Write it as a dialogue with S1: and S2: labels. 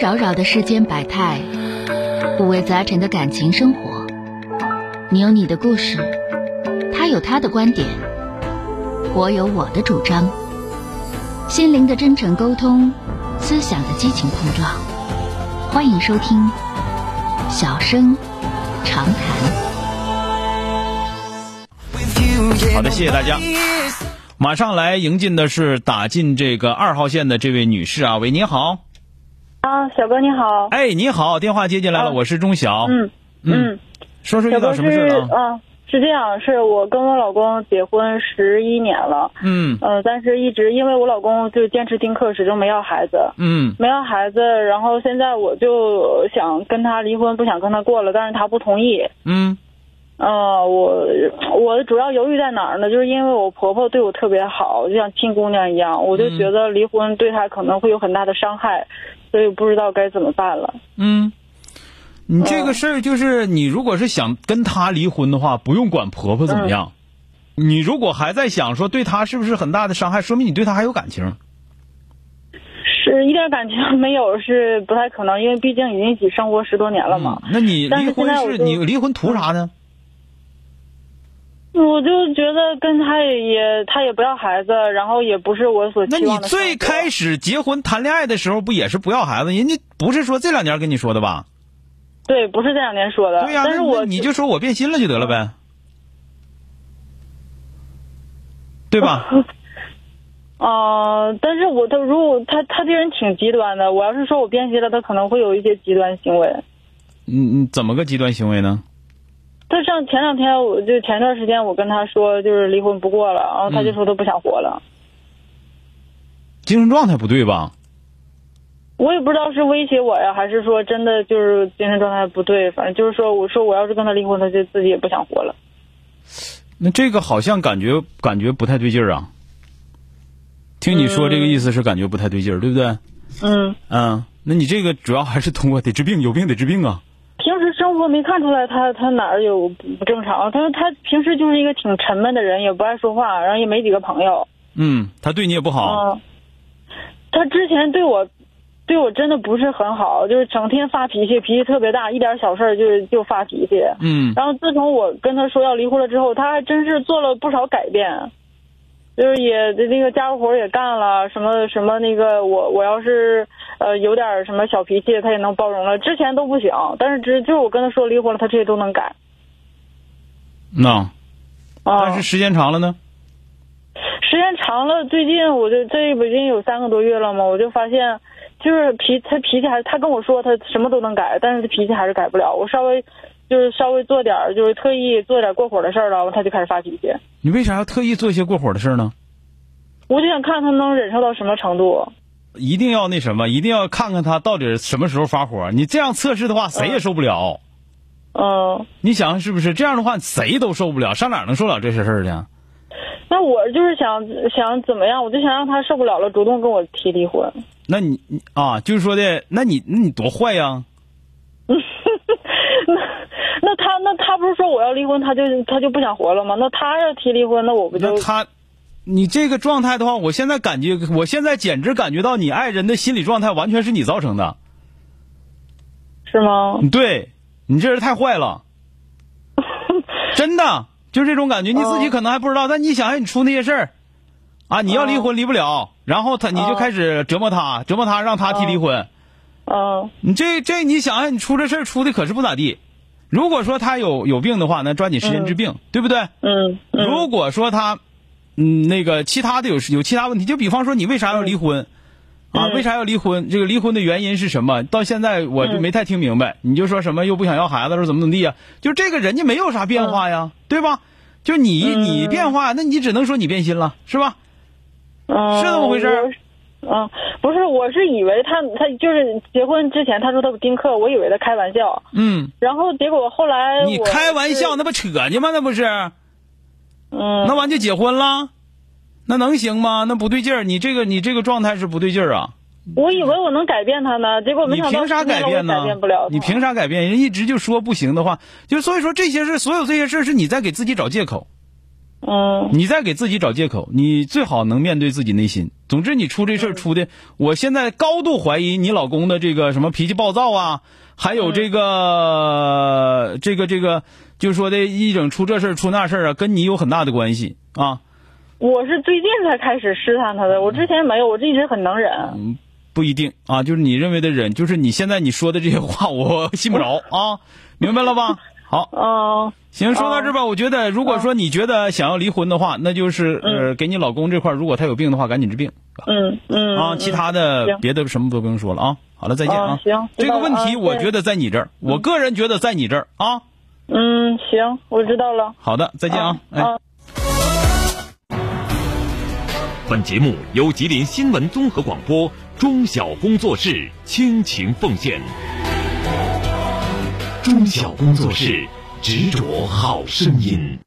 S1: 扰扰的世间百态，五味杂陈的感情生活。你有你的故事，他有他的观点，我有我的主张。心灵的真诚沟通，思想的激情碰撞。欢迎收听《小声长谈》。
S2: 好的，谢谢大家。马上来迎进的是打进这个二号线的这位女士啊，喂，你好，
S3: 啊，小哥你好。
S2: 哎，你好，电话接进来了，
S3: 啊
S2: 我是钟晓，
S3: 嗯
S2: 嗯，
S3: 嗯，
S2: 说说遇
S3: 小
S2: 到
S3: 哥
S2: 什么事了啊？
S3: 啊，是这样，是我跟我老公结婚十一年了，
S2: 嗯
S3: 呃，但是一直因为我老公就坚持丁克，始终没要孩子，
S2: 嗯
S3: 没要孩子，然后现在我就想跟他离婚，不想跟他过了，但是他不同意。
S2: 嗯
S3: 呃，我我主要犹豫在哪儿呢？就是因为我婆婆对我特别好，就像亲姑娘一样，我就
S2: 嗯
S3: 觉得离婚对她可能会有很大的伤害，所以不知道该怎么办了。
S2: 嗯，你这个事儿就是你如果是想跟他离婚的话，不用管婆婆怎么样，
S3: 嗯
S2: 你如果还在想说对他是不是很大的伤害，说明你对他还有感情。
S3: 是一点感情没有，是不太可能，因为毕竟已经一起生活十多年了嘛
S2: 嗯。，那你
S3: 但是
S2: 离婚
S3: 现在我
S2: 是
S3: 就嗯
S2: 你离婚图啥呢？
S3: 我就觉得跟他也，他也不要孩子，然后也不是我所
S2: 那
S3: 期
S2: 你
S3: 望的生活。
S2: 最开始结婚谈恋爱的时候不也是不要孩子？人家不是说这两年跟你说的吧？
S3: 对，不是这两年说的。
S2: 对呀、
S3: 呃但是
S2: 那
S3: 我
S2: 那你就说我变心了就得了呗，对吧？
S3: 啊、但是我他如果他他这人挺极端的，我要是说我变心了，他可能会有一些极端行为。
S2: 嗯嗯，怎么个极端行为呢？
S3: 他上前两天我就前段时间我跟他说就是离婚不过了，然后
S2: 嗯
S3: 他就说他不想活了。
S2: 精神状态不对吧？
S3: 我也不知道是威胁我呀，还是说真的就是精神状态不对，反正就是说，我说我要是跟他离婚，他就自己也不想活了。
S2: 那这个好像感觉感觉不太对劲儿啊。听你说这个意思是感觉不太对劲儿，对不对？
S3: 嗯，
S2: 嗯，那你这个主要还是通过得治病，有病得治病啊。
S3: 平时生活没看出来他他哪儿有不正常，他说他平时就是一个挺沉闷的人，也不爱说话，然后也没几个朋友。
S2: 嗯，他对你也不好。
S3: 嗯，他之前对我。对我真的不是很好，就是整天发脾气，脾气特别大，一点小事儿就是就发脾气。
S2: 嗯
S3: 然后自从我跟他说要离婚了之后，他还真是做了不少改变，就是也那个家务活儿也干了，什么什么那个我我要是呃有点儿什么小脾气，他也能包容了。之前都不行，但是只就是我跟他说离婚了，他这些都能改。
S2: 那、
S3: 啊、
S2: 但是时间长了呢？
S3: 时间长了，最近我就这不已经有三个多月了嘛，我就发现，就是脾他脾气还是他跟我说他什么都能改，但是他脾气还是改不了。我稍微就是稍微做点儿就是特意做点儿过火的事儿了，他就开始发脾气。
S2: 你为啥要特意做一些过火的事儿呢？
S3: 我就想看他能忍受到什么程度。
S2: 一定要那什么，一定要看看他到底什么时候发火。你这样测试的话，谁也受不了。
S3: 嗯，
S2: 你想是不是？这样的话，谁都受不了，上哪儿能受了这些事儿去？
S3: 那我就是想想怎么样，我就想让他受不了了，主动跟我提离婚。
S2: 那你你啊，就是说的，那你那你多坏呀！
S3: 那那他那他不是说我要离婚，他就他就不想活了吗？那他要提离婚，那我不就
S2: 那他，你这个状态的话，我现在感觉，我现在简直感觉到你爱人的心理状态完全是你造成的。
S3: 是吗？
S2: 对你这人太坏了，真的就这种感觉，你自己可能还不知道，但你想想你出那些事儿，啊，你要离婚离不了，然后他你就开始折磨他，折磨他让他提离婚，
S3: 嗯
S2: 你这这你想想你出这事儿出的可是不咋地。如果说他有有病的话，那抓紧时间治病，对不对？
S3: 嗯嗯
S2: 如果说他，嗯，那个其他的有有其他问题，就比方说你为啥要离婚，啊，
S3: 嗯
S2: 为啥要离婚？这个离婚的原因是什么？到现在我就没太听明白。你就说什么又不想要孩子，说怎么怎么地呀、就这个人家没有啥变化
S3: 嗯
S2: 呀，对吧？就你你变化，那你只能说你变心了，是吧？
S3: 嗯，
S2: 是那么回事儿
S3: 我。嗯，不是，我是以为他他就是结婚之前他说他不丁克，我以为他开玩笑，
S2: 嗯，
S3: 然后结果后来
S2: 你
S3: 哎我
S2: 开玩
S3: 是
S2: 笑，那不扯呢吗？那不是，
S3: 嗯
S2: 那完就结婚了，那能行吗？那不对劲儿，你这个你这个状态是不对劲儿啊。
S3: 我以为我能改变他呢，结果没
S2: 你
S3: 想到
S2: 凭啥
S3: 十年
S2: 改
S3: 了我也
S2: 变呢？
S3: 改变不了他
S2: 你凭啥改变？人一直就说不行的话，就是所以说这些事，所有这些事是你在给自己找借口。
S3: 嗯
S2: 你再给自己找借口，你最好能面对自己内心。总之，你出这事
S3: 嗯
S2: 儿出的，我现在高度怀疑你老公的这个什么脾气暴躁啊，还有
S3: 嗯
S2: 这个、这个这个，就是说的一整出这事儿出那事儿啊，跟你有很大的关系啊。
S3: 我是最近才开始试探他
S2: 嗯
S3: 的，我之前没有，我一直很能忍。
S2: 不一定啊，就是你认为的忍，就是你现在你说的这些话，我 信不着啊，明白了吧？好，
S3: 嗯
S2: 行，说到这儿吧，我觉得如果说你觉得想要离婚的话，那就是呃，给你老公这块儿，如果他有病的话，赶紧治病
S3: 嗯嗯
S2: 啊，其他的
S3: 行
S2: 别的什么都不用说了啊。好了，再见啊
S3: 嗯。行嗯
S2: 这个问
S3: 知
S2: 题
S3: 道了啊
S2: 我觉得在你这儿，我个人觉得在你这儿啊。
S3: 嗯，行，我知道了。
S2: 好的，再见啊，哎。
S3: 嗯
S4: 本节目由吉林新闻综合广播中小工作室倾情奉献。中小工作室执着好声音。